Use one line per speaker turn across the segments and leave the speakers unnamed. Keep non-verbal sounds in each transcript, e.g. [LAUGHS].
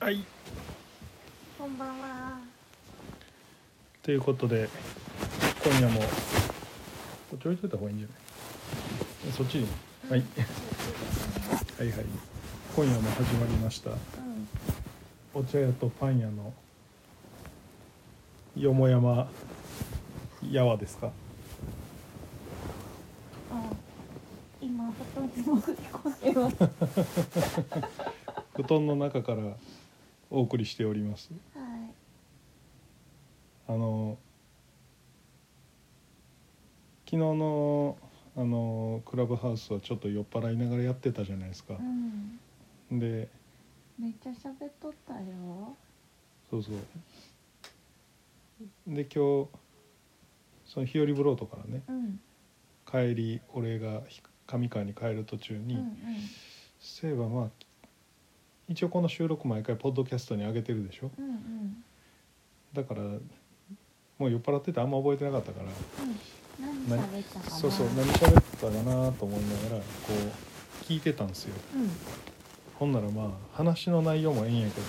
はい
こんばんは。
ということで今夜もこっち置いといた方がいいんじゃないそっちにはいはいはい今夜も始まりました
うん。
お茶屋とパン屋のよもやまやわですか
あ、今ほとんど潜り込んでます。は
布団の中からお送りしております
い。
あの昨日のあのクラブハウスはちょっと酔っ払いながらやってたじゃないですか
う、ん。
で
めっちゃ喋っとったよ。
そうそうで今日その日和ブロートからね
うん。
帰り俺がひ上川に帰る途中
う
に、
んうん。
そういえばまあ一応この収録毎回ポッドキャストに上げてるでしょ
うんうん。
だからもう酔っ払っててあんま覚えてなかったから
うん。何喋ったかな。
そうそう何喋ってたかなと思いながらこう聞いてたんですよ
うん。
ほんならまあ話の内容もええんやけど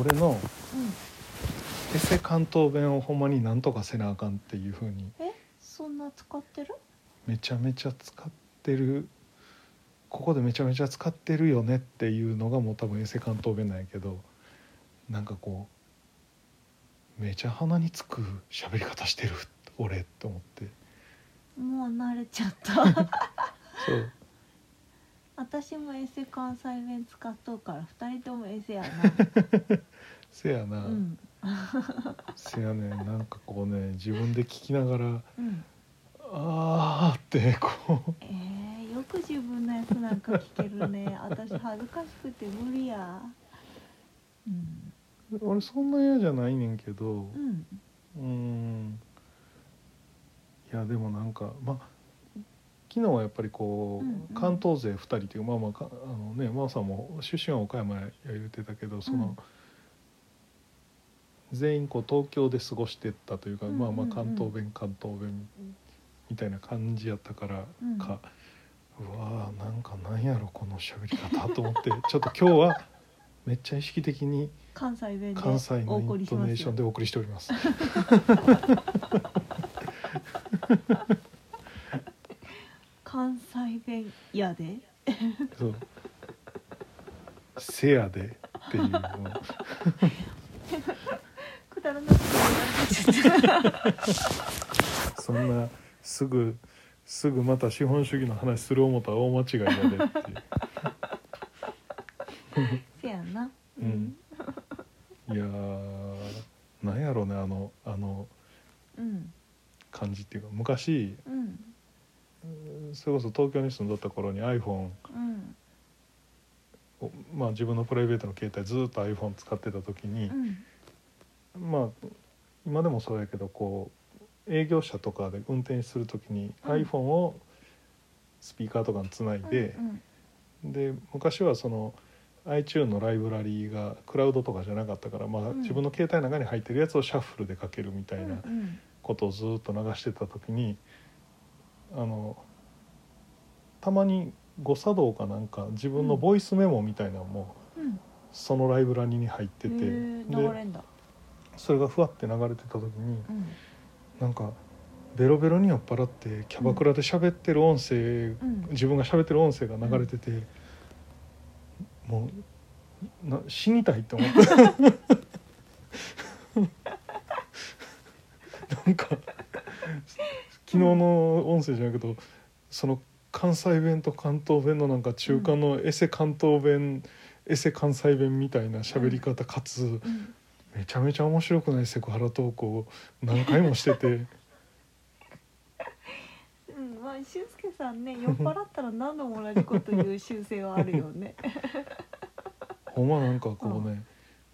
俺の
うん。
エセ関東弁をほんまになんとかせなあかんっていう風に
え、そんな使ってる？
めちゃめちゃ使ってるここでめちゃめちゃ使ってるよねっていうのがもう多分衛生関東弁なんやけどなんかこうめちゃ鼻につく喋り方してる俺って思って
もう慣れちゃ [LAUGHS] った。
そう
私も衛星関西弁使っとうから二人とも衛星や
せやな、
な。うん。
せやねんなんかこうね自分で聞きながら
うん。
あーってこう
えー、よく自分のやつなんか聞けるね私恥ずかしくて無理やうん
俺そんな嫌じゃないねんけど
うん
うーんいやでもなんかまあ昨日はやっぱりこう、
うんうん
関東勢2人っていうまあまあかあのね真央さんも出身は岡山や言うてたけどその、全員こう東京で過ごしてったというか、
うんうん
まあ
うん
まあ関東弁関東弁みたいな感じやったからか、うわーなんかなんやろこの喋り方と思って [LAUGHS] ちょっと今日はめっちゃ意識的に
関西弁で
関西
お
の
送
イン
りし
ト
ま
ネー
す
ショ
よ
ンでお送りしております。
関西弁やで
そうせやでっていうの
くだらなくて
そんなすぐすぐまた資本主義の話する思ったら大間違いやでっていう
せやな
うん、いやーなんやろうねあのあの
うん
感じっていうか昔
うん
それこそ東京に住んどった頃に iPhone
うん
をまあ自分のプライベートの携帯ずっと iPhone 使ってた時に
う、ん
まあ今でもそうやけどこう営業車とかで運転する時に
うん
iPhone をスピーカーとかにつないで
う、ん
で昔はその iTune のライブラリーがクラウドとかじゃなかったから、まあ、
うん
自分の携帯の中に入ってるやつをシャッフルでかけるみた
う
い
ん
な
うん
ことをずっと流してた時にあのたまに誤作動かなんか自分のボイスメモみたいなのも
うん
そのライブラリーに入って
へ
て、
ー流れ
で
んだ
それがふわって流れてた時に
うん
なんかベロベロに酔っ払ってキャバクラで喋ってる音声
うん
自分が喋ってる音声が流れてて、もうな死にたいって思ったなんか昨日の音声じゃないけどその関西弁と関東弁のなんか中間のエセ関東弁、エセ関西弁みたいな喋り方かつ、
うん
めちゃめちゃ面白くないセクハラ投稿を何回もしてて
うんまあ俊介
[LAUGHS]
さんね酔っ払ったら何度も同じこと言う習性はあるよね
ほんまなんかこうね、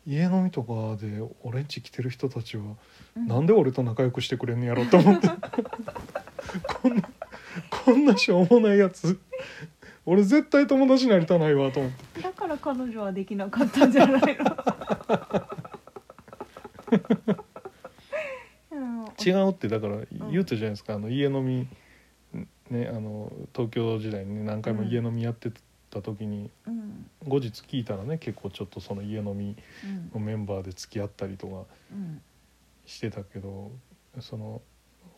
家飲みとかで俺んち来てる人たちは
う
[LAUGHS]
ん
なんで俺と仲良くしてくれんのやろって思って [LAUGHS] こんなこんなしょうもないやつ俺絶対友達になりたないわと思って
だから彼女はできなかったんじゃ
[LAUGHS]
ないのうん
違うってだから言うたじゃないですか、あの家飲みねあの東京時代に何回も家飲みやってた時に、
うん
後日聞いたらね結構ちょっとその家飲み
う
の
ん
メンバーで付き合ったりとか
うん
してたけどその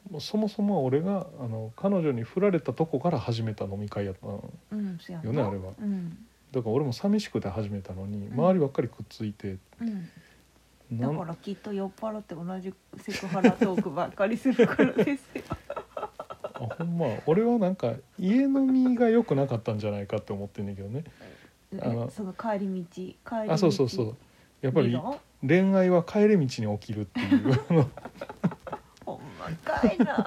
もうそもそも俺があの彼女に振られたとこから始めた飲み会やったの
うんそやな
よねあれは
うん
だから俺も寂しくて始めたのに周りばっかりくっついて、
うん
な
だ
ん
からきっと酔っ払って同じセクハラトークばっかりするからですよ
あほんま俺はなんか家飲みが良くなかったんじゃないかって思ってんだけどねあの
えその帰り道帰り道
あそうそうそうやっぱ
いい
り
の
恋愛は帰り道に起きるっていう [LAUGHS] あのやっ
ほんまかいな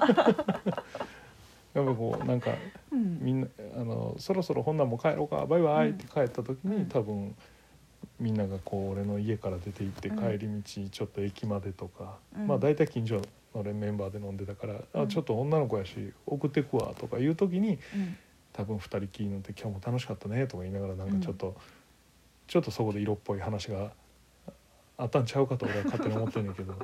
ぱこうなんか
うん
みんなあのそろそろほんなんもう帰ろうかバイバイって帰った時に、
うん
多分みんながこう俺の家から出て行って
うん
帰り道ちょっと駅までとか、
うん
まあ大体近所のメンバーで飲んでたから、
う
あ
ん
ちょっと女の子やし送ってくわとかいう時に
うん
多分2人きりになって「今日も楽しかったね」とか言いながらなんかちょっと、ちょっとそこで色っぽい話があったんちゃうかと俺は勝手に思ってんねんけ
[LAUGHS]
ど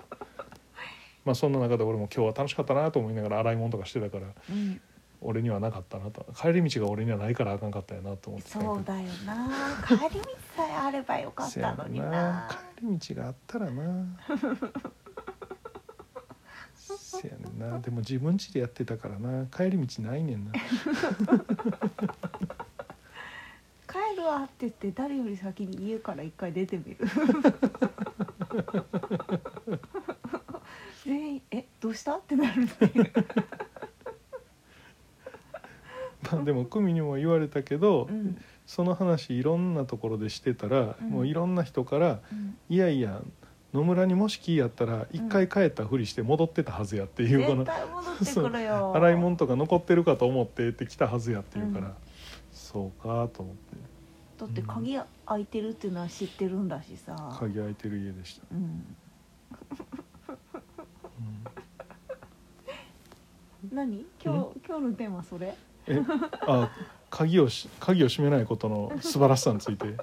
まあそんな中で俺も今日は楽しかったなと思いながら洗い物とかしてたから
うん
俺にはなかったなと帰り道が俺にはないからあかんかったよなと思ってたんや
そうだよな帰り道さえあればよかっ
せや
たのにな
帰り道があったら
[LAUGHS]
なせやねんなでも自分家でやってたからな帰り道ないねんな [LAUGHS]
帰るわって言って誰より先に家から一回出て
[LAUGHS]
みる全員「えどうした?」ってなるっていう、
まあでも組にも言われたけど、
うん
その話いろんなところでしてたら、
うん
もういろんな人から
うん
「いやいや野村にもしキーやったら一回帰ったふりして戻ってたはずや」っていうこの
絶対戻ってくる
「
よ
洗い物とか残ってるかと思って」って来たはずやっていうから、
うん
そうかと思って
だって鍵開いてるっていうのは知ってるんだしさ、
鍵開いてる家でした、
うん、
うん
何今日今日のテーマそれ
えあ鍵をし鍵を閉めないことの素晴らしさについて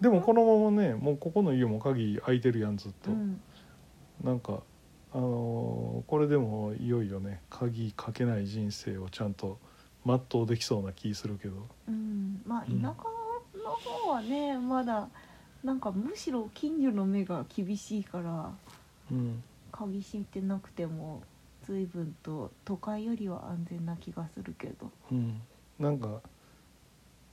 でもこのままねもうここの家も鍵開いてるやんずっと、
うん
なんかあのーこれでもいよいよね鍵かけない人生をちゃんと全うできそうな気するけど
うん、まあ田
うん
舎の方はねまだなんかむしろ近所の目が厳しいから
うん
鍵閉めてなくても随分と都会よりは安全な気がするけど
うんなんか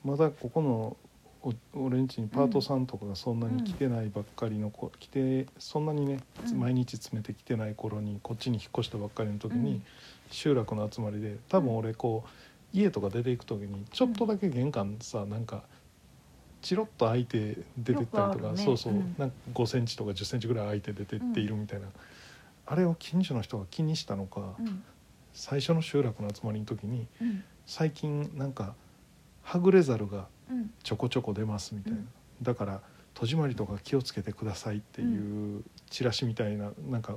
まだここのお俺んちにパートさんとかがそんなに来てないばっかりの子、来てそんなにね、
うん
毎日詰めてきてない頃にこっちに引っ越したばっかりの時に、
うん
集落の集まりで多分俺こう家とか出ていく時にちょっとだけ玄関さなんかチロッと開いて出てったり
よく
と
あ
か、
るね
そうそう、
うん
なんか5センチとか1 0ンチぐらい開いて出てっているみたいな、あれを近所の人が気にしたのか、
うん
最初の集落の集まりの時に
うん
最近なんかはぐれザルが
うん
ちょこちょこ出ますみたいな、
うん
だから戸締まりとか気をつけてくださいっていううチラシみたいななんか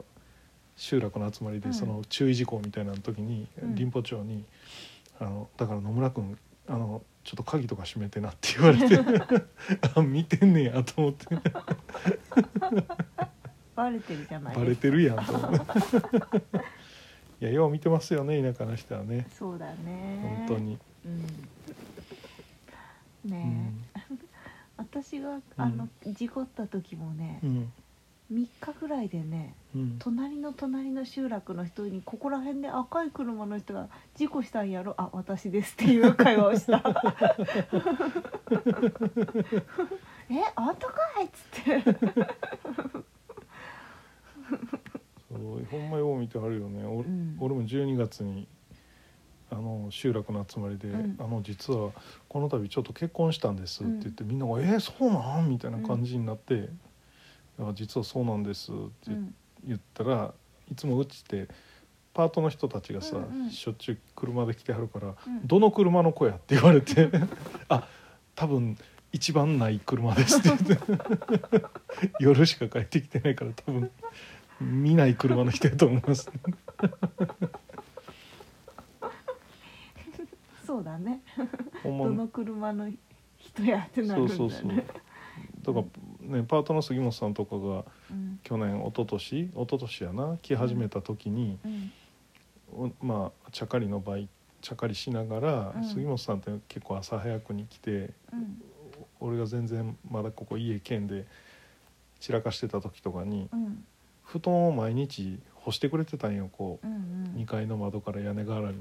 集落の集まり
う
で
ん
その注意事項みたいな時に
うん
林保長に「あのだから野村君あのちょっと鍵とか閉めてな」って言われ
[LAUGHS]
てあ見てんねやと思って
バレてるじゃない
バレ
ですか
てるやんと
[LAUGHS]
思って。いやよう見てますよね田舎の人はね
そうだね
本当に、
うん
う
ね
ん
え、私があの事故った時もね、
うん
三3日ぐらいでね
うん、
隣の隣の集落の人にここら辺で赤い車の人が事故したんやろあ私ですっていう会話を
[LAUGHS]
したえあんたかいっつって
そうほんまよう見てはるよね、お
うん
俺も12月にあの集落の集まりで「
うん
あの実はこの度ちょっと結婚したんです」っ
う
て
ん
言って、みんなが「えー、そうなん?」みたいな感じになって「いや実はそうなんです」って
うん
言ったら、いつもうちってパートの人たちがさ、
うんうん
しょっちゅう車で来てはるから「
うん
どの車の子や?」って言われて [LAUGHS] 「あ多分一番ない車です」って [LAUGHS] 言って夜しか帰ってきてないから多分見ない車の人やと思います、
[LAUGHS] そうだね
ほんま
どの車の人やってなる
そ
ん
う
だね
そうそうだからねパートの杉本さんとかが
うん
去年一昨年一昨年やな来始めた時に、
うん
おまあちゃかりの場合ちゃかりしながら、
うん
杉本さんって結構朝早くに来て
うん
俺が全然まだここ家県で散らかしてた時とかに
うん
布団を毎日干してくれてたんよこ
うんう
うん2階の窓から屋根瓦に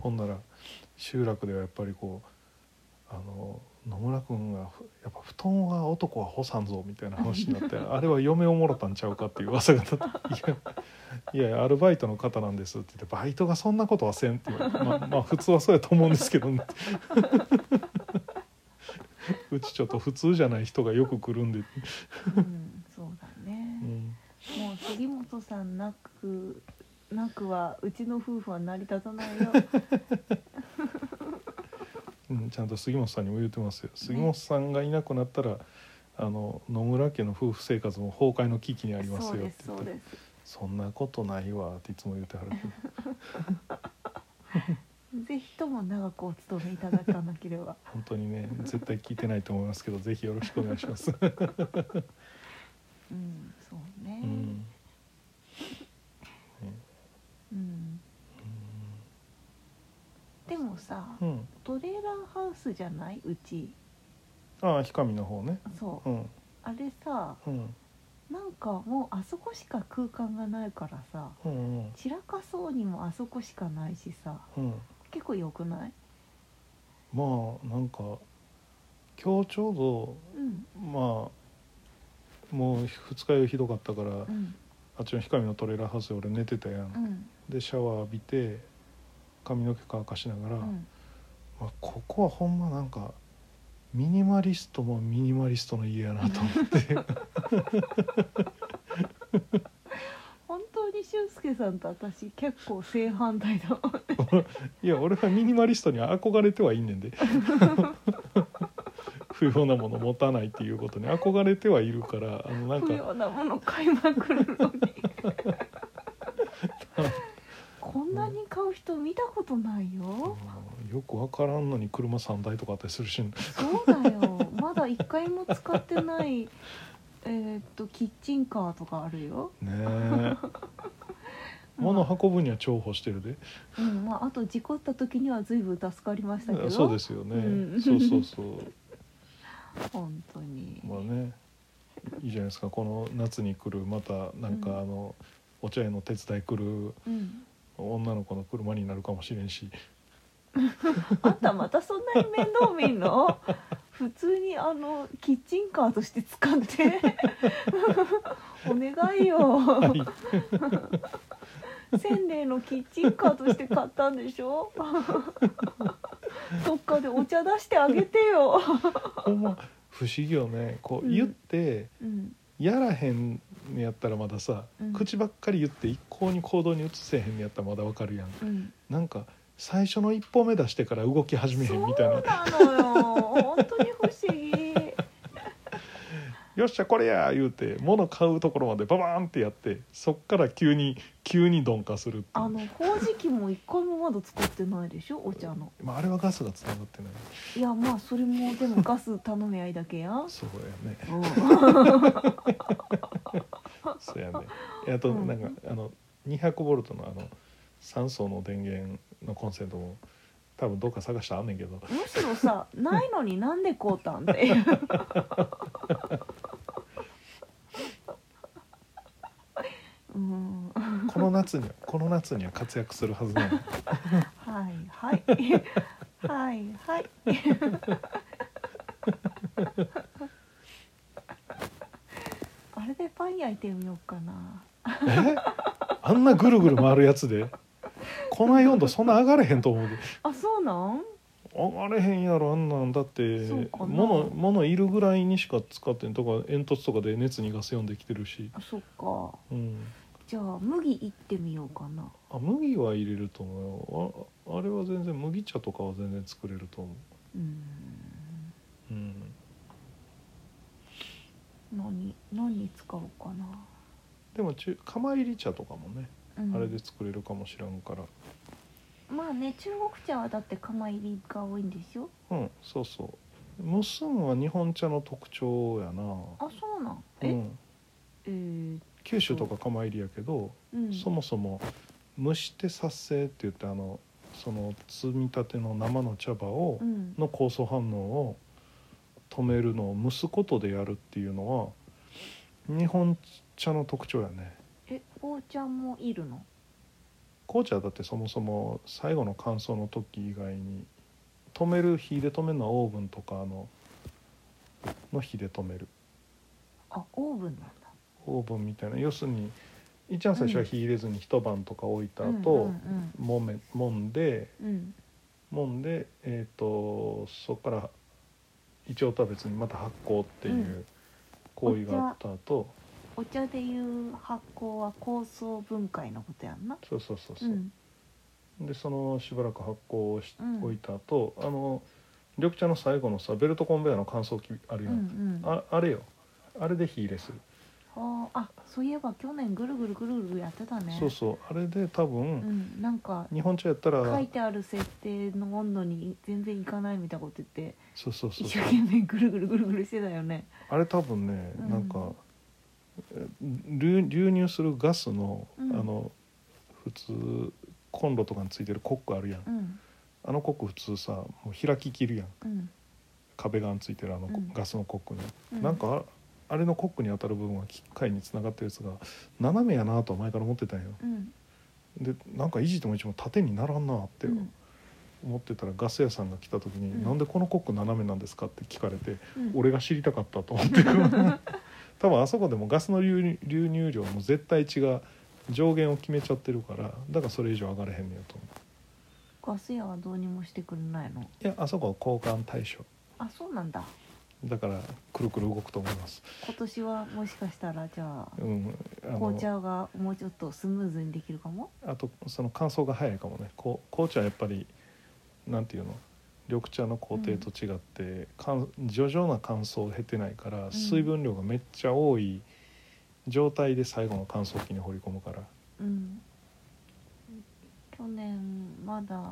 ほんなら集落ではやっぱりこうあの野村君がふやっぱ布団は男は干さんぞみたいな話にな [LAUGHS] ってあれは嫁をもらったんちゃうかっていう噂が立って「いやいやアルバイトの方なんです」って言って「バイトがそんなことはせん」って言われてまあまあ普通はそうやと思うんですけどね [LAUGHS] うちちょっと普通じゃない人がよく来るんで、
うんそうだ
う
ね、
ん
もう杉本さんなくなくはうちの夫婦は成り立たないよ
うん、ちゃんと杉本さんにも言ってますよ杉本さんがいなくなったら、あの野村家の夫婦生活も崩壊の危機にあります
そう
よっ
で
て
す
言
そ
って
うです
そんなことないわっていつも言ってはるけど
[LAUGHS] ぜひとも長くお勤めいただかなければ
本当にね絶対聞いてないと思いますけどぜひよろしくお願いし
[LAUGHS]
ます、
うんそうね
うんね
うんでもさ
うん、
トレーラーハウスじゃないうち
ああ氷上の方ね
そう、
うん
あれさ
うん
なんかもうあそこしか空間がないからさ
うんうん
散らかそうにもあそこしかないしさ
うん
結構良くない
まあなんか今日ちょうど
うん
まあもう二日酔いひどかったから、
うん
あっちの氷上のトレーラーハウスで俺寝てたやん
う、ん
でシャワー浴びて髪の毛乾かしながら、
うん
まあ、ここはほんまなんかミニマリストもミニマリストの家やなと思
[LAUGHS]
って
本当に俊介さんと私結構正反対だもん
いや俺はミニマリストに憧れてはいんねん
[LAUGHS]
で不要なもの持たないっていうことに憧れてはいるからあの
[LAUGHS]
なん
不
か
要なもの買いまくるのにこんなに買う人見たことないよ
うんよくわからんのに車3台とかあったりするし
そうだよまだ一回も使ってない [LAUGHS] えーっとキッチンカーとかあるよ [LAUGHS]
ねえ物運ぶには重宝してるで
うんまあ、あと事故った時には随分助かりましたけど
そうですよね、
うん
そうそうそう
本当に、
まあねいいじゃないですかこの夏に来るまたなん
うん
かあの、お茶屋の手伝い来る
うん、
女の子の車になるかもしれんし
あんたまたそんなに面倒見ん [LAUGHS] の普通にあのキッチンカーとして使って [LAUGHS] お願いよ、
はい
せんべいのキッチンカーとして買ったんでし [LAUGHS] ょどっかでお茶出してあげてよ、
ほんま不思議よねこう
うん
言って、
うん、
やらへんのやったらまださ、
うん
口ばっかり言って一向に行動に移せへんのやったらまだわかるやん
うん
なんか最初の一歩目出してから動き始めへんみたい
そ
な
うなのよ本当に不思議
よっしゃこれや言うて物買うところまでババーンってやってそっから急に急に鈍化するっていう
あのほうじきも一回もまだ使ってないでしょお茶の
まあ、あれはガスがつながってない
いやまあそれもでもガス頼み合いだけやん
そうやね
うん
そうやねえあと
うん
なんか、あの200ボルトのあの3層の電源のコンセントも多分どっか探したらあんねんけ
[LAUGHS]
ど
むしろさないのになんでこうたんっていううんは
この夏にはこの夏には活躍するはずなの
いはいはいはいあれでパン焼いてみようかな
えあんなぐるぐる回るやつでこない温度そんな上がれへんと思うで
あそうなん
上がれへんやろあんなんだって
そうかな
物物いるぐらいにしか使ってんとか煙突とかで熱逃がすようにできてるし、
あそっか
うん、
じゃあ麦いってみようかな
あ麦は入れると思うよああれは全然麦茶とかは全然作れると思
うん
う、うん、
何何に使おうかな、
でも中釜入り茶とかもね、
うん
あれで作れるかもしらんから
まあね中国茶はだって釜入りが多いんでしょ
うんそうそう蒸すんは日本茶の特徴やな
あそうなん
う
え、
ん、
えー
九州とか釜入りやけど、
うん、
そもそも蒸して殺生って言ってあのその摘みたての生の茶葉を、
うん
の酵素反応を止めるのを蒸すことでやるっていうのは日本茶の特徴やね
え紅茶もいるの
紅茶だってそもそも最後の乾燥の時以外に止める火で止めるのはオーブンとかのの火で止める
あオーブンなんだ
オーブンみたいな要するにいっちゃん最初は火入れずに一晩とか置いた後、もめもんで
うんうん
もんで、えー、とそこから一応とは別にまた発酵っていううん行為があった後、
お茶でいう発酵は酵素分解のことやんな
そうそうそうそうう、
ん
でそのしばらく発酵をし、
うん
置いた後あの緑茶の最後のさベルトコンベヤーの乾燥機ある
うん
や、
うんん
ああれよあれで火入れする、
ああそういえば去年ぐるぐるぐるぐるやってたね
そうそうあれで多
う
分、
んなんか
日本茶やったら
書いてある設定の温度に全然いかないみたいなこと言って
そうそうそう
一生懸命ぐるぐるぐるぐるしてたよね
あれ多分ね、
うん
なんかえ流流入するガスの、
うん
あの普通コンロとかについてるコックあるやん、
うん
あのコック普通さもう開ききるやん
うん
壁側についてるあのコ、
うん
ガスのコックに、
う
なんかああれのコックに当たる部分は機械につながったやつが斜めやなとは前から思ってたんよ
うん
でなんかいじってもいじっても縦にならんなって
うん
思ってたら、ガス屋さんが来た時に「
うん
なんでこのコック斜めなんですか?」って聞かれて
うん
俺が知りたかったと思って
[LAUGHS]
多分あそこでもガスの流入流入量も絶対値が上限を決めちゃってるからだからそれ以上上がれへんねやと思う
ガス屋はどうにもしてくれないの
いやあそこは交換対象
あそうなんだ
だからくるくる動くと思います
今年はもしかしたらじゃあ
うんあ
紅
の
茶がもうちょっとスムーズにできるかも
あとその乾燥が早いかもねこう紅茶はやっぱりなんていうの緑茶の工程と違って、乾徐々な乾燥を経てないから
ん
水分量がめっちゃ多い状態で最後の乾燥機に放り込むから
うん去年まだ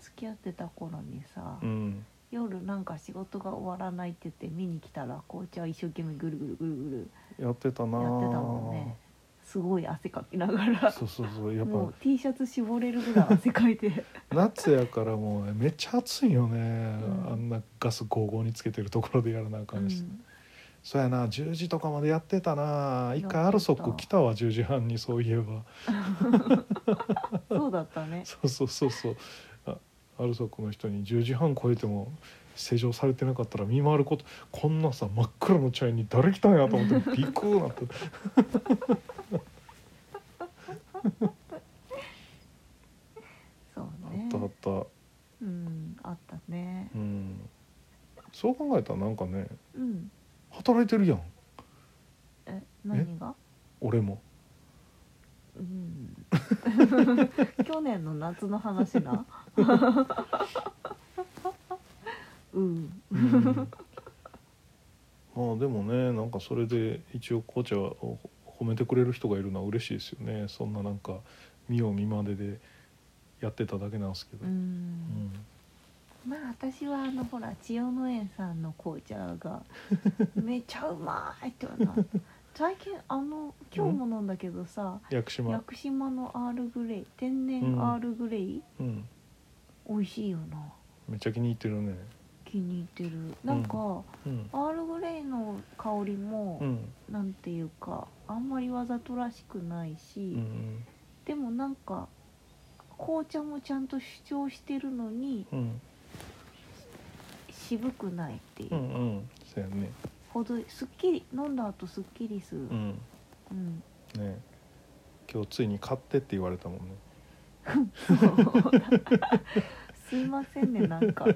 付き合ってた頃にさ、
うん
夜なんか仕事が終わらないって言って見に来たら紅茶を一生懸命ぐるぐるぐるぐる
やってたなあ
やってたもんねすごい汗かきながら
そうそうそうやっぱ
もう T シャツ絞れるぐらい汗かい
[LAUGHS]
て
夏やからもうめっちゃ暑いよね、
ん
あんなガスゴーゴーにつけてるところでやらなあか
うん
し、
ん
そうやな10時とかまでやってたな一回
やってた
アルソック来たわ10時半にそういえば
そうだったね
[LAUGHS] そうそうそうそうあアルソックの人に10時半超えても施錠されてなかったら見回ることこんなさ真っ暗の茶屋に誰来たんやと思ってビクーなって
そう
あ
ね
ったあった
うんあったね
うんそう考えたらなんかね
うん
働いてるやん
え何が
俺も
うん去年の夏の話な [LAUGHS] うん
うん [LAUGHS] まあでもねなんかそれで一応紅茶を褒めてくれる人がいるのは嬉しいですよねそんななんか見よう見まねでやってただけなんですけど、
う
うん
んまあ私はあのほら千代の園さんの紅茶 [LAUGHS] がめちゃうまいってな最近あの今日も飲んだけどさ
屋久島
屋、久島のアールグレイ天
うん
然アールグレイ、
うん、
美味しいよな
めっちゃ気に入ってるね
気に入ってるなんか、
うん、
アールグレイの香りも、
うん
なんていうかあんまりわざとらしくないし、
うん
でもなんか紅茶もちゃんと主張してるのに
うん
渋くないっていう、
うんうんそうやね
ほどすっきり飲んだ後すっきりする、う
うんんね今日ついに買ってって言われたもんね
[LAUGHS] すいませんねなんか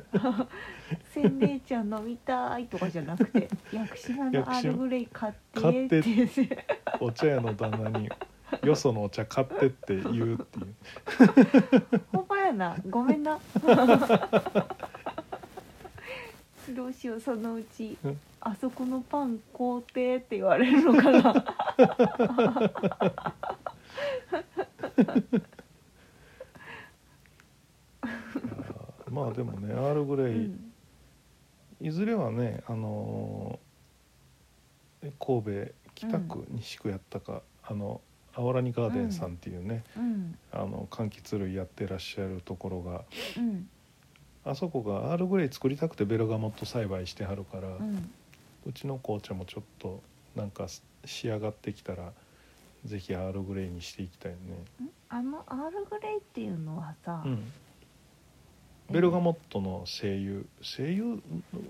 洗礼ちゃん飲みたいとかじゃなく [LAUGHS] て屋久島のアールグレイ買ってって言って
お茶屋の旦那によそのお茶買ってって言うっていう
ほんまやなごめんなどうしようそのうち
うん
あそこのパン買うてって言われるのか
[LAUGHS]
な
あーまあでもねアールグレ
う
イ、
ん
いずれはね、あのー神戸北区西区やったか、あのアオラニガーデンさんっていうね、
うん
あの柑橘類やってらっしゃるところが
うん
あそこがアールグレイ作りたくてベルガモット栽培してはるから、
う
うんちの紅茶もちょっとなんかす仕上がってきたらぜひアールグレイにしていきたいね、
あのアールグレイっていうのはさ、
うん、
え
ベルガモットの声優声優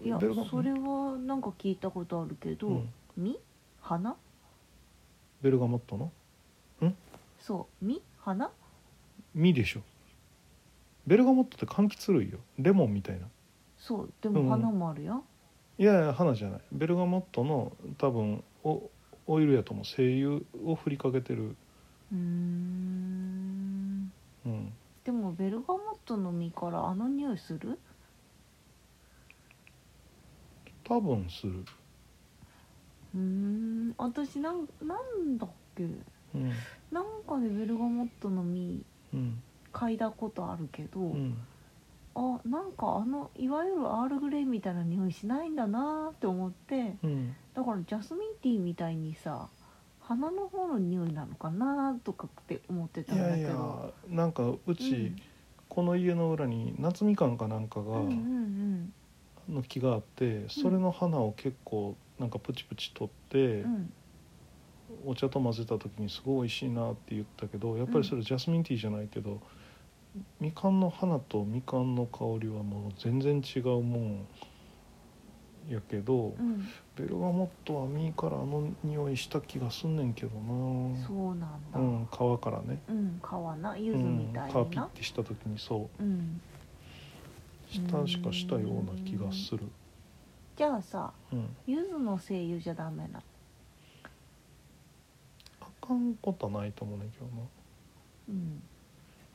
いや
ベルガ
それはなんか聞いたことあるけど、
うん
実花
ベルガモットの
そう実花
実でしょベルガモットって柑橘類よレモンみたいな
そうで
うん
も花もあるやん、
いやいや花じゃないベルガモットの多分おオイルやとも精油を振りかけてる、
うーん
うん、
でもベルガモットの実からあの匂いする
多分する、
うーん私なんなんだっけ
うん
なんかでベルガモットの実
うん
嗅いだことあるけど、
うん、
あなんかあのいわゆるアールグレイみたいな匂いしないんだなーって思って
うん、
だからジャスミンティーみたいにさ花の方の匂いなのかなーとかって思ってた
い
んだ
や
け
い
ど
やなんかうち、
うん
この家の裏に夏みかんかなんか
うん
が
うんうん
の木があってそれの花を結構なんかプチプチ取って、
うん
お茶と混ぜた時にすごい美味しいなって言ったけどやっぱりそれジャスミンティーじゃないけど、みかんの花とみかんの香りはもう全然違うもんやけど、
うん
ベルガモットは実からあの匂いした気がすんねんけどな
そうなんだ、う
うんん、皮からね、
皮な
う
柚子み
ん、
たい
皮ピッ
な、
てした時にそ
うん
うしたしかしたような気がする、
じゃあさ
うん、
柚子の精油じゃダメな
あかんことはないと思うねんけどな
うん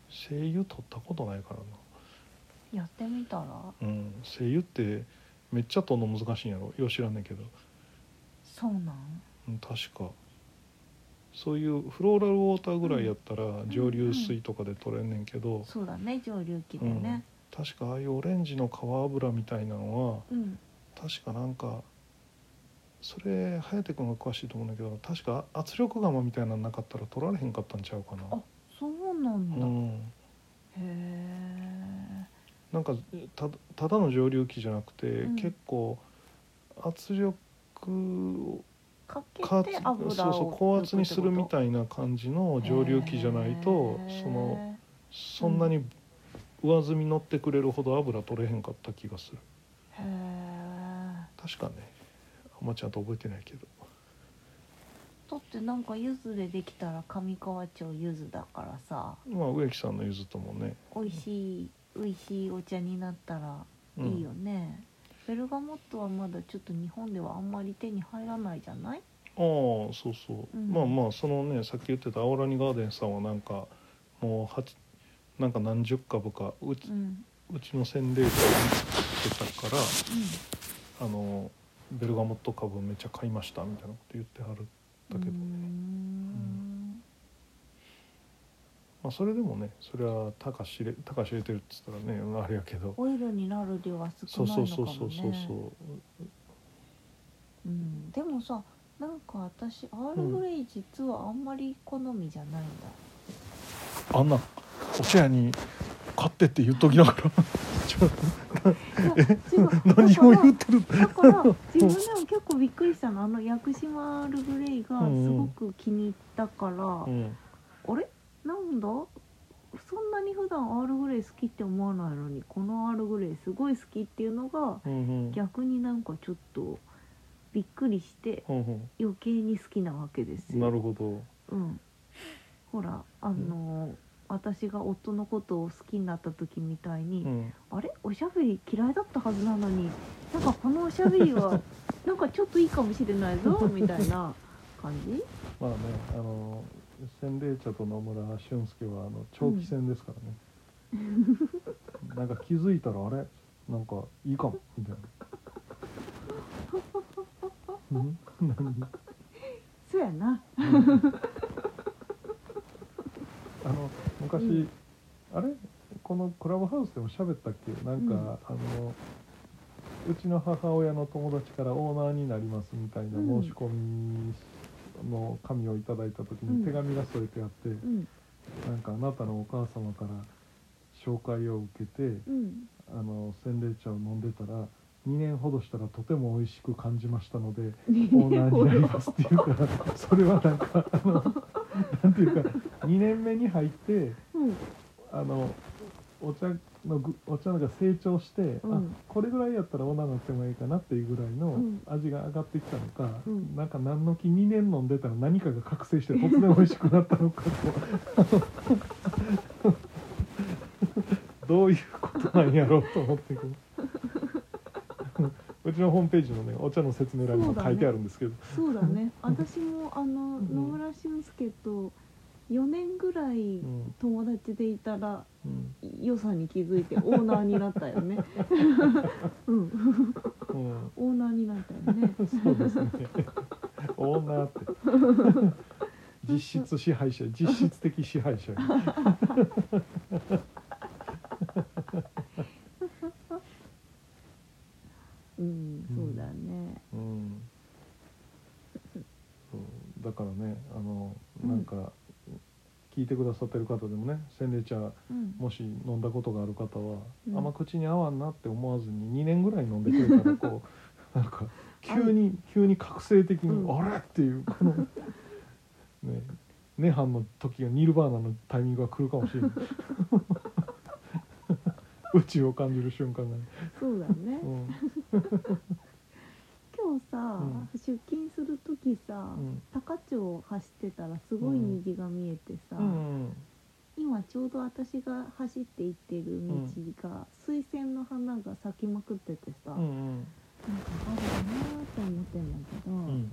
精油取ったことないからな
やってみたら
うん、声優ってめっちゃ取るの難しいんやろよう知らんねんけど、
そうなん
うん、確かそういうフローラルウォーターぐらいやったら蒸留水とかで取れんねんけど、
そうだね蒸留器で
うん
ね、
確かああいうオレンジの皮油みたいなの
うん
は確かなんかそれ颯君が詳しいと思うんだけど確か圧力釜みたいなのなかったら取られへんかったんちゃうか
あ
な。
そうなん
う
だ、
ん
へえ
なんかたただの蒸留器じゃなくて、
うん
結構圧力を
かけ
か
て油
そう
を
そう高圧にするみたいな感じの蒸留器じゃないと
へー
そのそんなに上積み乗ってくれるほど油取れへんかった気がする
へえ
確かねあんまちゃんと覚えてないけど
だってなんか柚子でできたら上川町柚子だからさ
まあ植木さんのゆずともね、
美味しい美味しいお茶になったら
うん
いいよね、ベルガモットはまだちょっと日本ではあんまり手に入らないじゃない
ああそうそう、
うん
まあまあそのねさっき言ってたアオラニガーデンさんはなんかもう八なんか何十株かうち,、う
う
んちの洗礼会にしてたからあのベルガモット株めっちゃ買いましたみたいなこと言ってはる
うん
だけど
うーん
まあ、それでもねそれは高知れ高知れてるっつったらねあれやけど
オイルになる量は
そ
少
う
ない
そ
の
う
か
そ
も
う
ね
そうそうそ
うん、でもさなんか私アールグレイ実はあんまり好みじゃないんだ、
うあんなお茶屋に買ってって言っときながら [LAUGHS] ちょ
いや
[LAUGHS]
違う
何を言ってる
だからだから自分でも結構びっくりしたのあの屋久島アールグレイが
うん
す
う
ご
ん
く気に入ったから、
うん
あれなんだそんなに普段アールグレイ好きって思わないのにこのアールグレイすごい好きっていうのが
うんうん
逆になんかちょっとびっくりして
うん
余計に好きなわけです
うん
よ
なるほど
うん、ほらあのー私が夫のことを好きになった時みたいに、
うん
あれおしゃべり嫌いだったはずなのになんかこのおしゃべ
[LAUGHS]
りはなんかちょっといいかもしれないぞみたいな感じ
まあねあの洗礼茶と野村俊介はあの長期戦ですからね、なんか気づいたらあれなんかいいかもみたいなうん何
そうやな
[LAUGHS] あの昔、
うん
あれこのクラブハウスでも喋ったっけなんか、
うん
あのうちの母親の友達からオーナーになりますみたいな
うん
申し込みの紙をいただいた時
う
に
ん
手紙が添えてあって、
うん
なんかあなたのお母様から紹介を受けて
うん
あの洗礼茶を飲んでたら2年ほどしたらとても美味しく感じましたのでオー
[LAUGHS]
ナーになりますっていうからそれはなんかあのなんていうか2年目に入って
うん
あのお茶のぐお茶が成長して、
うん
あこれぐらいやったらオーナーになってもいいかなっていうぐらいの
うん
味が上がってきたのか、
うん
なんか何の気2年飲んでたら何かが覚醒して突然美味しくなったのかとどういうことなんやろうと思ってこううちのホームページのねお茶の説明欄にも書いてあるんですけど、
そうだね私もあの
うん
野村俊介と4年ぐらい
うん
友達でいたら
うん
良さに気づいてオーナーになった
[LAUGHS]
よねうん
うん、
オーナーになったよね
そうですね。オーナーって。実質支配者、実質的支配者。
うんそうだね
うん。そうだからね、あの、なんか。聞いてくださってる方でもね、洗礼茶、
うん
もし飲んだことがある方は。
うん
あんま口に合わんなって思わずに、2年ぐらい飲んでくれたら、こ
[LAUGHS]
う。なんか、急に、急に覚醒的に、
うん
あれっていう、こ
[LAUGHS]
の。ね。涅槃の時がニルバーナのタイミングが来るかもしれ
[LAUGHS]
ない宇宙を感じる瞬間がね、
そうだね
うん
今日さ、
ん
出勤する時さ、
うん
高千穂を走ってたらすごい虹が見えてさ、
うん
今ちょうど私が走って行ってる道が、水仙の花が咲きまくっててさ、
うんうん
なんかあるなーって思ってんだけど、
うん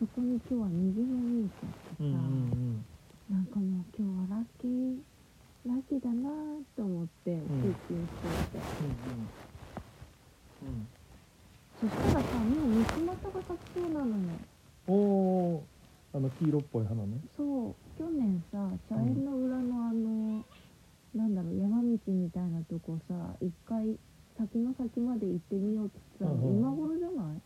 そこに今日は虹が見えちゃってさ、
うんうん
なんかもう今日はラッキーラッキーだなーって思って出勤してて、
うん
そしたらさもう三つ股が咲きそうなのよ
うんおーあの黄色っぽい花ね
そう去年さ茶園の裏のあの、なんだろう山道みたいなとこさ一回先の先まで行ってみようって言ってたの、
うんうん
今頃じゃない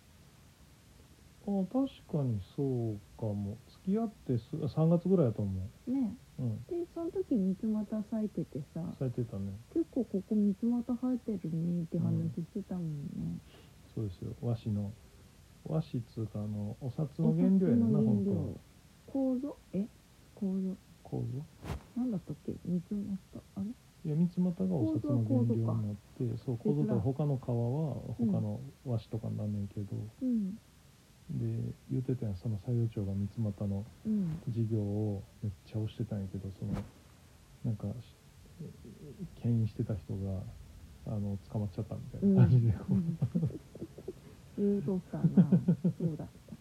あー確かにそうかも付き合ってす3月ぐらいだと思
ね
ううん
でその時三つ股咲いててさ
咲いてたね
結構ここ三つ股生えてるねって話してたもんね、
そうですよ和紙の和紙っつうかあのお札
お
の原料やねんな
札の
本
原
当
料
は
構造え構造
構造
なんだったっけ三つ股あれ
いや三つ股がお札の原料になってそう構
構造か
造とか他の皮は他の和紙とかになんねんけど、
うん
で言ってたやんその採用長が三つ股の
うん
事業をめっちゃ推してたんやけどそのなんかし牽引してた人があの捕まっちゃったみたいな感じでこう、
[LAUGHS] 言うとったなそうだった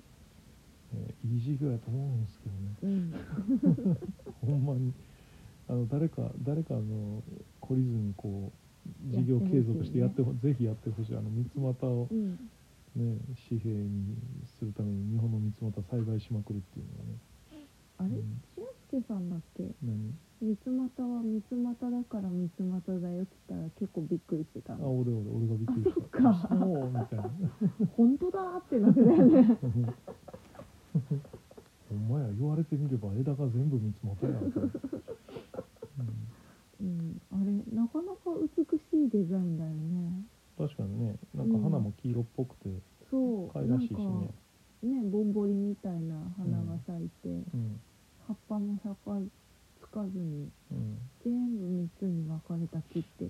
えーいい事業やと思うんですけどね
うん
ほんまにあの誰か誰かあの懲りずにこう事業継続してやってほぜひやってほしいあの三つ股を
う、ん
ね、紙幣にするために日本の三つ股栽培しまくるっていうのがね
あれ
うん
俊介さんだっけ
何
三つ股は三つ股だから三つ股だよって言ったら結構びっくりしてた
あ
の
俺俺俺がびっくりした
あそっか
そうみたいな
本当だーってなってた
[LAUGHS]
よね
お前や言われてみれば枝が全部見つまったやん、うん、
うんあれなかなか美しいデザインだよね
確かにねなんか花も黄色っぽくて
そう
可愛
な
ら
ん
しい
か
しね
ねぼんぼりみたいな花が咲いて、
うん
葉っぱも咲かつかずに
うん
全部三つに分かれた木って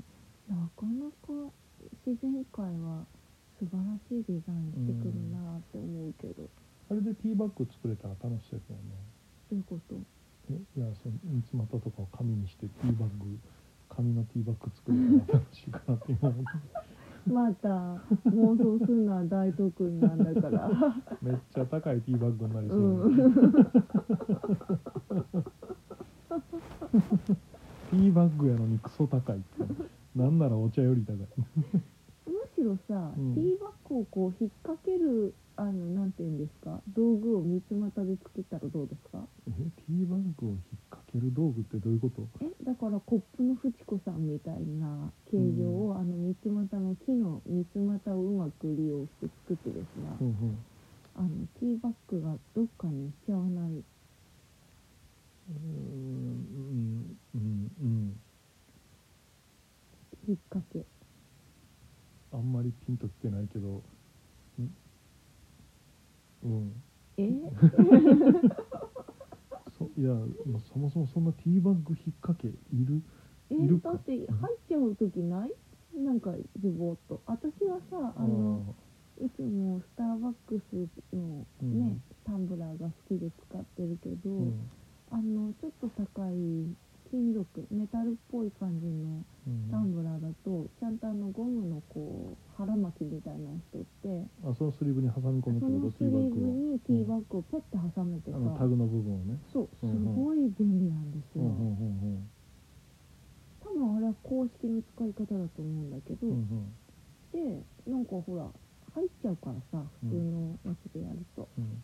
なかなか自然界は素晴らしいデザインしてくるなーって思うけど、
あれでティーバッグ作れたら楽しそうや
どういうこと
けどねえいやその三つ股とかを紙にしてティーバッグ紙のティーバッグ作れたら楽しいかなって今思って
また妄想するのは大得意なんだ
[LAUGHS]
から。
めっちゃ高いティーバッグになりそうう、
ん。
ティーバッグやのにクソ高いってなんならお茶より高い
むしろさ、
うん
ティーバッグをこう引っ掛けるあのなんて言うんですか、道具を三つ股で作ったらどうですか？
えティーバッグを引っ掛ける道具ってどういうこと
え、だからコップのフチ子さんみたいな形状を、あの三つ股の木の三つ股をうまく利用して作ってですね、
うんうん
あのティーバッグがどっかに行っちゃわない。
うーんうんうん
引っ掛け。
うあんまりピンときてないけどんうん [LAUGHS]
え
そいやもうそもそもそんなティーバッグ引っ掛けいる
え
いるか
だって入っちゃう時ないなんかズボッと私はさあのいつもスターバックスのね、
うん
タンブラーが好きで使ってるけ
あー
ど、
うん
あのちょっと高い金属メタルっぽい感じの
うん
タンブラーだとちゃんとあのゴムのこう腹巻きみたいなのしてって
あそのスリーブに挟み込
そ
むってこ
の
と
ス
テ
リ
ィーバ
ー
ッ
ブ
グ
にティーバッグをペッて挟めてさ、
をあのタグの部分をね
そうす
うんうん
ごい便利なんです
う
よ、
んうんうん
多分あれは公式の使い方だと思うんだけど、
うんうん
でなんかほら入っちゃうからさ普通のやつでやると、
うん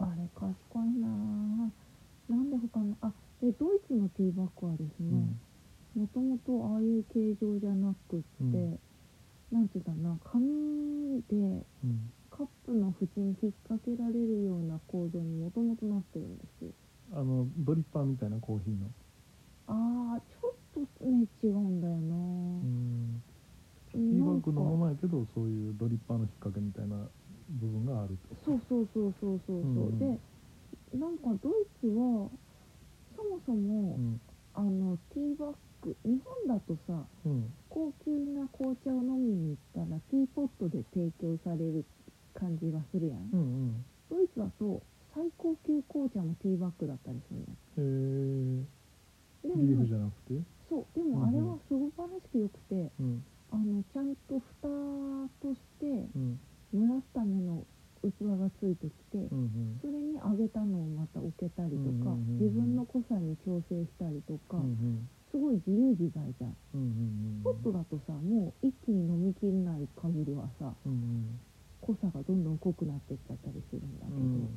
あれ賢いなぁなんで他のあでドイツのティーバッグはです
う
ね、
ん
もともとああいう形状じゃなくって、
うん
なんていうんだろうな紙で
うん
カップの縁に引っ掛けられるような構造にもともとなってるんですよ
あのドリッパーみたいなコーヒーの
あーちょっとね違うんだよな
う
ぁ
ん
う
ティ
ん
ー
な
バッ
んか
グのままやけどそういうドリッパーの引っ掛けみたいな部分があると
そうそうそうそうそうそう、
うんうん
でなんかドイツはそもそも、
うん
あのティーバッグ日本だとさ
うん
高級な紅茶を飲みに行ったらティーポットで提供される感じがするやん、
うん
ドイツだと最高級紅茶もティーバッグだったりする
うんへえ
の
リ
で
ーフ
も
じゃなくて
そうでもあれはすごくらしくよくて、
うん
あのちゃんと蓋として
うん
蒸らすための器がついてき
う
て、
んうん
それに揚げたのをまた置けたりと
うんうん
か、
うんうん
自分の濃さに調整したりと
う
か、
んうん
すごい自由自在じゃん
うんうん
ポットだとさもう一気に飲みきれない限りはさ
うん
濃さがどんどん濃くなってっちゃったりするんだ
う
けど、っ
ん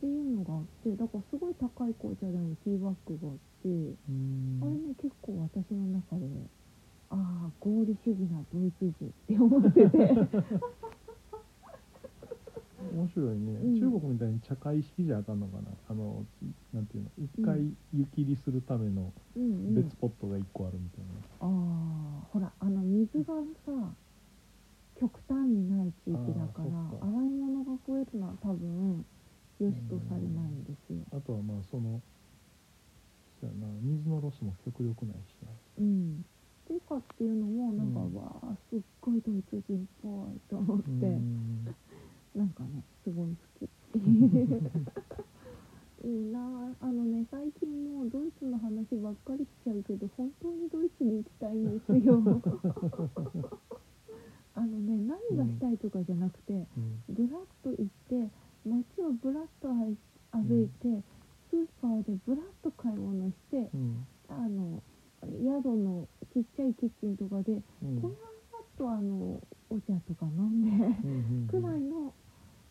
ていうのがあってだからすごい高い紅茶でもティーバッグがあって、
うん
あれね結構私の中でああ合理主義なドイツ人って
[LAUGHS]
思ってて
面白いね、
うん
中国みたいに茶会式じゃあかんのかなあのなんていうの一回湯切りするための
うん、うん
別、ポットが一個あるみたいな、
ああほらあの水がさ極端にない地域だから
あーそっか
洗い物が増えるのは多分良しとされないんですよ。
あとはまあそのそうやな水のロスも極力ないしな
うん、てかっていうのもなんか、
うん
わあすっごいドイツ人っぽいと思って、
うん
なんかねすごい
[LAUGHS]
好きいいなああのね最近もうドイツの話ばっかりしちゃうけど本当にドイツに行きたいんです
[LAUGHS]
よあのね何がしたいとかじゃなくて、
うん
ぶらっと行って街をぶらっと歩い歩いて、スーパーでぶらっと買い物して、
うん
あの宿のちっちゃいキッチンとかで
うん
こあとあのお茶とか飲んで
うんうん
くらいの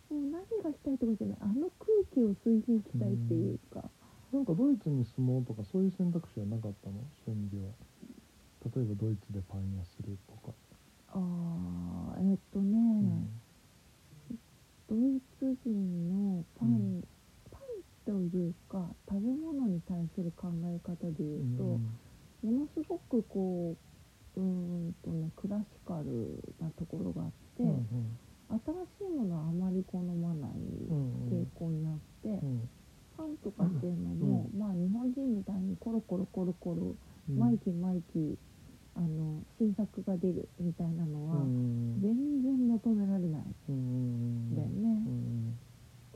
もう何がしたいとかじゃないあの空気を吸いに行きたいっていうか、
なんかドイツに住もうとかそういう選択肢はなかったのそういう意味では例えばドイツでパン屋するとか、
あーえっとね、
うん
ドイツ人のパン、
うん
パンというか食べ物に対する考え方で言うと、ものすごくこううーんとねクラシカルなところがあって。
うんうん
新しいものはあまり好まない
うんうん
傾向になって、
うん
パンとかっていうのも、まあ日本人みたいにコロコロコロコロ、
うん
毎期毎期あの新作が出るみたいなのは、
うん
全然求められない
うん
ん
ん
だよね。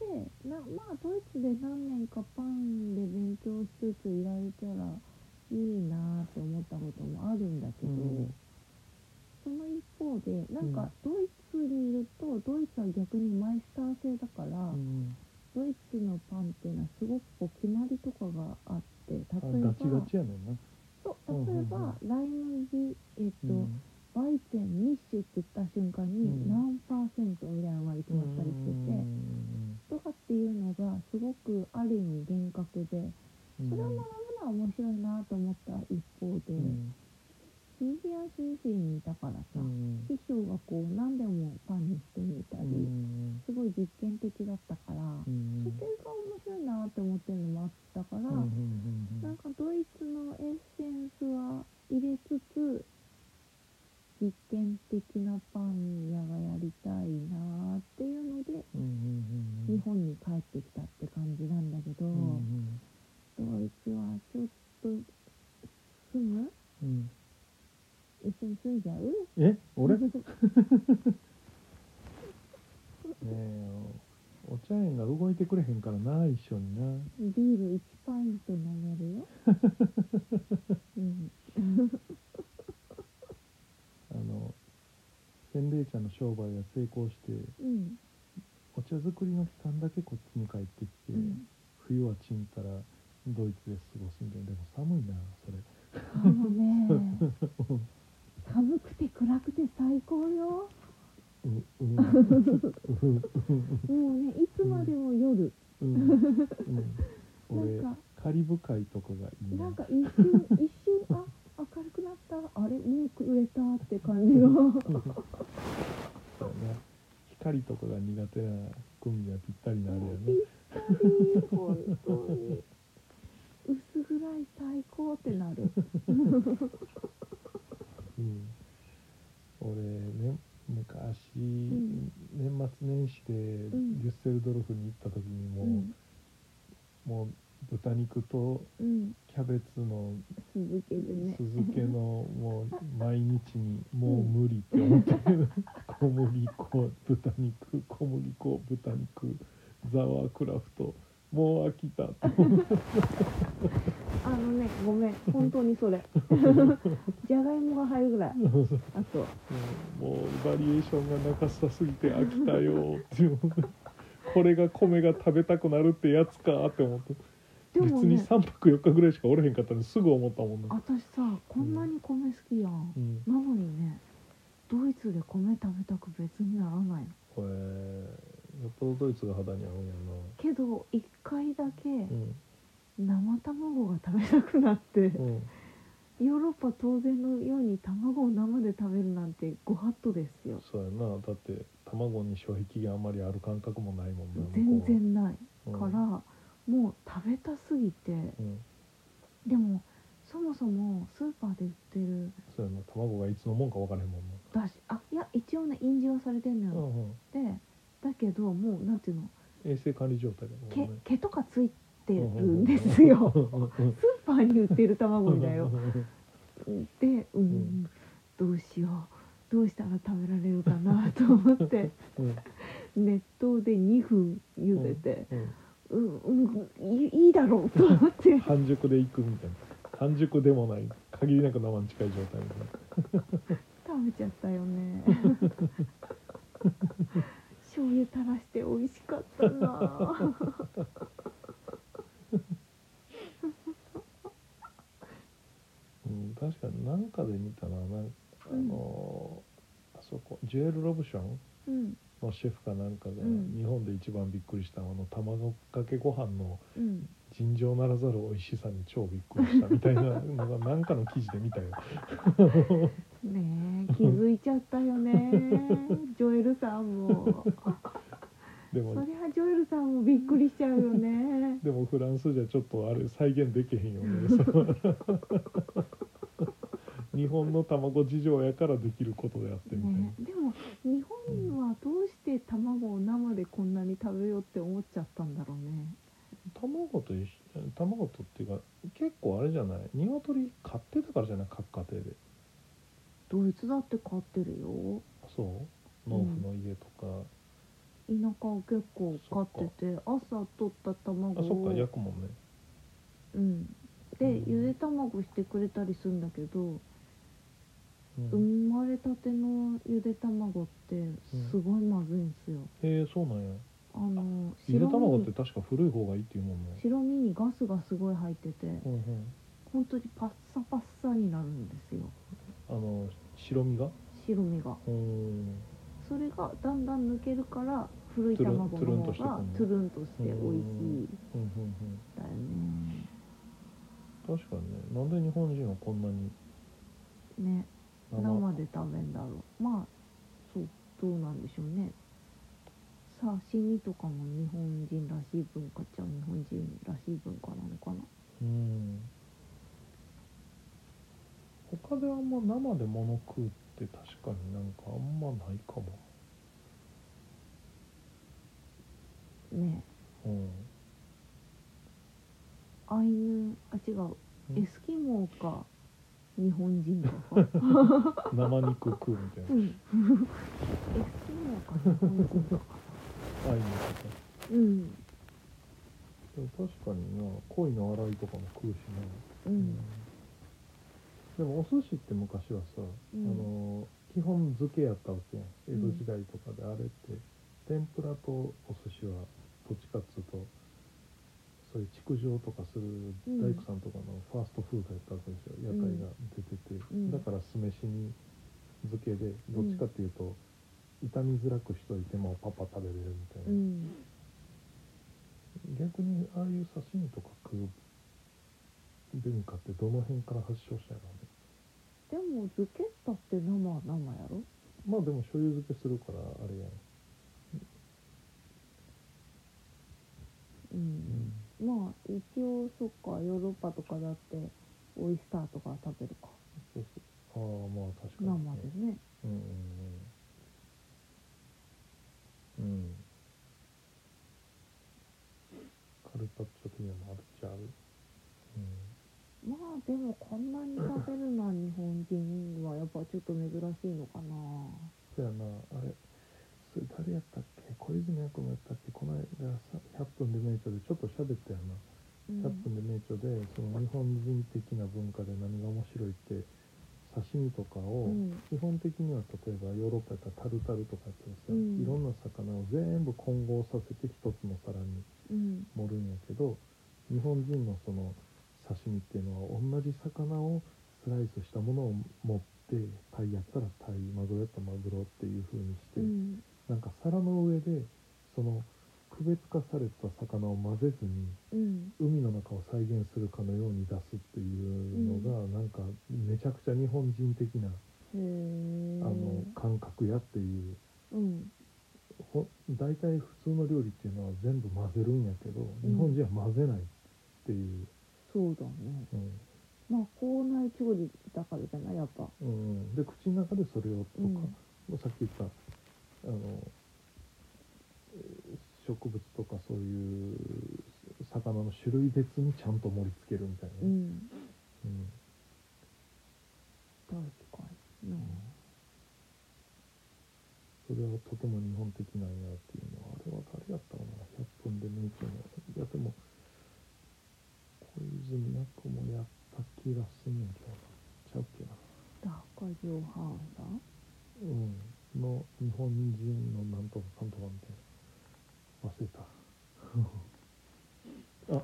うん
でなまあドイツで何年かパンで勉強しつついられたらいいなって思ったこともあるんだけど、
うん
その一方でなん
う
か
ん
ドイツにいるとドイツは逆にマイスター制だから。
うん
ドイツのパンっていうのはすごくこう決まりとかがあって例え
あ
ば
ガチガチやねんな
そう例えば、
うんうんうん
ライ麦えっと、
うん
バイゼンミッシュって言った瞬間に
うん
何パーセントみたいなのが決まったりしてて、とかっていうのがすごくある意味厳格でそれを学ぶのは面白いなと思った一方で、
うん
フィギュア主義にいたからさ、
うん
師匠がこう何でもパンにしてみたり、
うん
すごい実験的だったから。
うん
それが面白いなって思ってるのもあったから、
うんうんうんう
なん
ん
かドイツのエッセンスは入れつつ実験的本に帰ってきたって感じなんだけど、
うん
ドイツはちょっと住む
うん
一緒に住んじゃう
うんえ
[LAUGHS]
俺ね
う
えお茶園が動いてくれへんからな一緒にな
ビール1パイント飲めるよ、うん、
あの洗礼茶の商売が成功して
うん
お茶作りの期間だけこっちに帰ってきて、
うん
冬はちんたらドイツで過ごすんででも寒いなそれ
あのね寒くて暗くて最高よ
うんうん
[LAUGHS] もうねいつまでも夜、
うん、うん、俺
なんか
カリブ海とかがいいな
なんか一瞬一瞬あ明るくなったあれもう暮れたって感じが
そうやな光とかが苦手な組にはぴったりなあれや
[LAUGHS]
ね
ぴったり本当に薄暗い最高ってなる
うん、俺ね昔、
ん
年末年始でデ
ん
ュッセルドルフに行った時にもう、
うん
もう豚肉と
うん
キャベツの
続けるね
酢漬け
[LAUGHS]
のもう毎日にもう無理って思ったけど小麦粉豚肉小麦粉豚肉ザワークラフトもう飽きたと思って
あのねごめん本当にそ
[LAUGHS]
れじゃがいもが入るぐらいあと
もうバリエーションがなかさすぎて飽きたよっていうこれが米が食べたくなるってやつかって思って、
で
別
も
に
ね
3泊4日ぐらいしかおれへんかったんですぐ思ったもんな、
私さこんなに米好きやん
う、ん、
なのにねドイツで米食べたく別にならないの
これよっぽどドイツが肌に合うんや
けど一回だけ
なうん
生卵が食べたくなって、
うん
ヨーロッパ当然のように卵を生で食べるなんてご法度ですよ
そうやなだって卵に消費期限あんまりある感覚もないもんな
全然ない
向
か
こうは
ら、もう食べたすぎて
うん、うん
でもそもそもスーパーで売ってる
そうやな卵がいつのもんか分からへんもんな
だしあいや一応ね印字はされてんの
う
よ、
んうん
でだけどもうなんていうの
衛生管理状態だもん
毛
ね
毛とかついてるんですよスーパーに売ってる
う
卵
ん
だよでうん、どうしようどうしたら食べられるかなと思 [LAUGHS] って
うん
熱湯で2分茹でて、
うん
うんうんいいいだろうと思って
半熟で行くみたいな半熟でもない限りなく生に近い状態みたいな
食べちゃったよ [LAUGHS] ね醤油垂らして美味しかった [LAUGHS] なぁ
うん、確かに何かで見たななんかあ
うん
のーあそこジュエル・ロブション
うん
のシェフかなんかが
うん
日本で一番びっくりしたのはあの卵かけご飯の
うん
尋常ならざる美味しさに超びっくりしたみたいなのがなんかの記事で見た
[LAUGHS]
よ
ねえ気づいちゃったよ [LAUGHS] ねジョエルさん [LAUGHS] も
で
そ
も
りゃジョエルさんもびっくりしちゃうよね
でもフランスじゃちょっとあれ再現できへんよ
[LAUGHS]
ね [LAUGHS] その日本の卵事情やからできることであってみたいな。
ねえでも日本はどうして卵を生でこんなに食べようって思っちゃったんだろうね
卵と一緒卵とっていうか結構あれじゃない鶏買ってたからじゃない各家庭で
ドイツだって飼ってるよ
そう農夫の家とか、
田舎を結構飼ってて朝取った卵
あそっ
を
か焼くもんね
うんで
うん
ゆで卵してくれたりするんだけど、
うん
生まれたてのゆで卵ってすごいまずいんですよ、
へえそうなんや
あの
ゆで卵って
身
確か古い方がいいっていうもんね
白身にガスがすごい入ってて
うんうん
本当にパッサパッサになるんですよ
あの白身が
白身が
うーん
それがだんだん抜けるから古い卵の
トゥルン
方
トゥルンとしてく
が
んの
トゥルンとして美味しいん
うんうんうん
だよね
確かにねなんで日本人はこんなに
ね
生
生で食べんだろうまあそうどうなんでしょうね刺身とかも日本人らしい文化っちゃ日本人らしい文化なのかな
うん他であんま生で物食うって確かになんかあんまないかも
ね
うん
アイヌあ違う
うん
エスキモーか日本人だ
[LAUGHS]
か、
生肉食うみたいな
うん、エスキモーか日本人だか
愛の方
う
で
ん
も確かにな鯉の洗いとかも食うしな
う
うん
でもお寿司って昔はさ、
うん
あの基本漬けやったわけやん江戸時代とかであれって、天ぷらとお寿司はどっちかっつうとそういう築城とかする
うん
大工さんとかのファーストフードやったわけですよ、
うん
屋台が出てて、
うん
だから酢飯に漬けでどっちかっていうと、傷みづらくしといてもパパ食べれるみたいな
う、ん
逆にああいう刺身とか食う文化ってどの辺から発祥したんやろうね
でも漬けったって生は生やろ
まあでも醤油漬けするからあれやん、
うん、まあ一応そっかヨーロッパとかだってオイスターとか食べるか
そうそうああまあ確か
生
に、ね、
でね
うんうんうんうんカルパッチョ的にもあるっちゃあるう
まあでもこんなに食べるのは日本人はやっぱちょっと珍しいのかなん
そやなあれそれ誰やったっけ小泉役もやったっけこの間さ100分で名著でちょっと喋ったよな
うん
100分で名著でその日本人的な文化で何が面白いって刺身とかを、
うん
基本的には例えばヨーロッパやったらタルタルとかやったらさ、
うん
いろんな魚を全部混合させて一つの皿に
うん
盛るんやけど日本人のその刺身っていうのは同じ魚をスライスしたものを持ってタイやったらタイマグロやったらマグロっていう風にして、
うん
なんか皿の上でその区別化された魚を混ぜずに
うん
海の中を再現するかのように出すっていうのが、なんかめちゃくちゃ日本人的な、
へえ
あの感覚やっていう
うん
ほ大体普通の料理っていうのは全部混ぜるんやけど
うん
日本人は混ぜないっていう、
そうだね
うん
まあ校内調理だからじゃないやっぱ
うん、で口の中でそれをとか、
うん
もうさっき言ったあのえー植物とかそういう魚の種類別にちゃんと盛り付けるみたいな、
うん
うん
確かにな
それはとても日本的なんやっていうのはあれは誰やったかな100分で名著のいやでも小泉役もやった気がすんねんけどなちゃうっけな
だから量販だ
うんの日本人のなんとかかんとかみたいな忘れた [LAUGHS] あ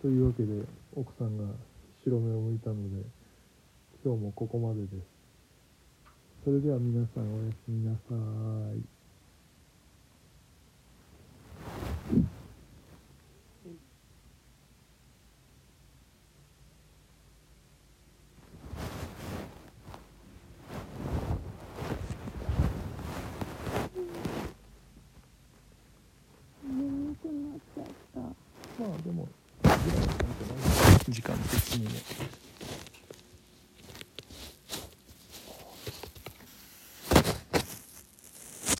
というわけで奥さんが白目を向いたので今日もここまでですそれでは皆さんおやすみなさい
眠くなっちゃった
まあでも
時間的にね